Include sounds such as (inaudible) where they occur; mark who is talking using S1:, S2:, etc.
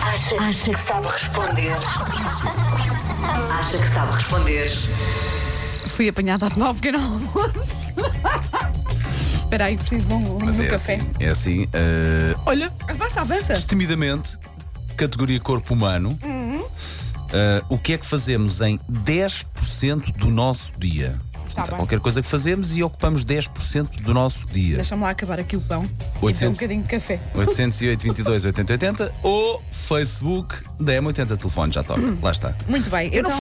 S1: Acha, acha que sabe responder. Acha que sabe responder.
S2: Fui apanhada a tomar um pequeno almoço. (laughs) Espera aí, preciso de um,
S3: Mas
S2: de um
S3: é
S2: café.
S3: assim, é assim. eh, olha,
S2: Avança, avança.
S3: timidamente, categoria corpo humano. eh, o que é que fazemos em 10% do nosso dia? Portanto, há
S2: Tá bem.
S3: qualquer coisa que fazemos e ocupamos 10% do nosso dia. (laughs)
S2: Deixa-me lá acabar aqui o pão e beber um
S3: 800.
S2: bocadinho de café.
S3: 808 22 8080 ou Facebook da M80 Telefone, já toca. Lá está.
S2: Muito bem.
S3: Eu
S2: então,
S3: não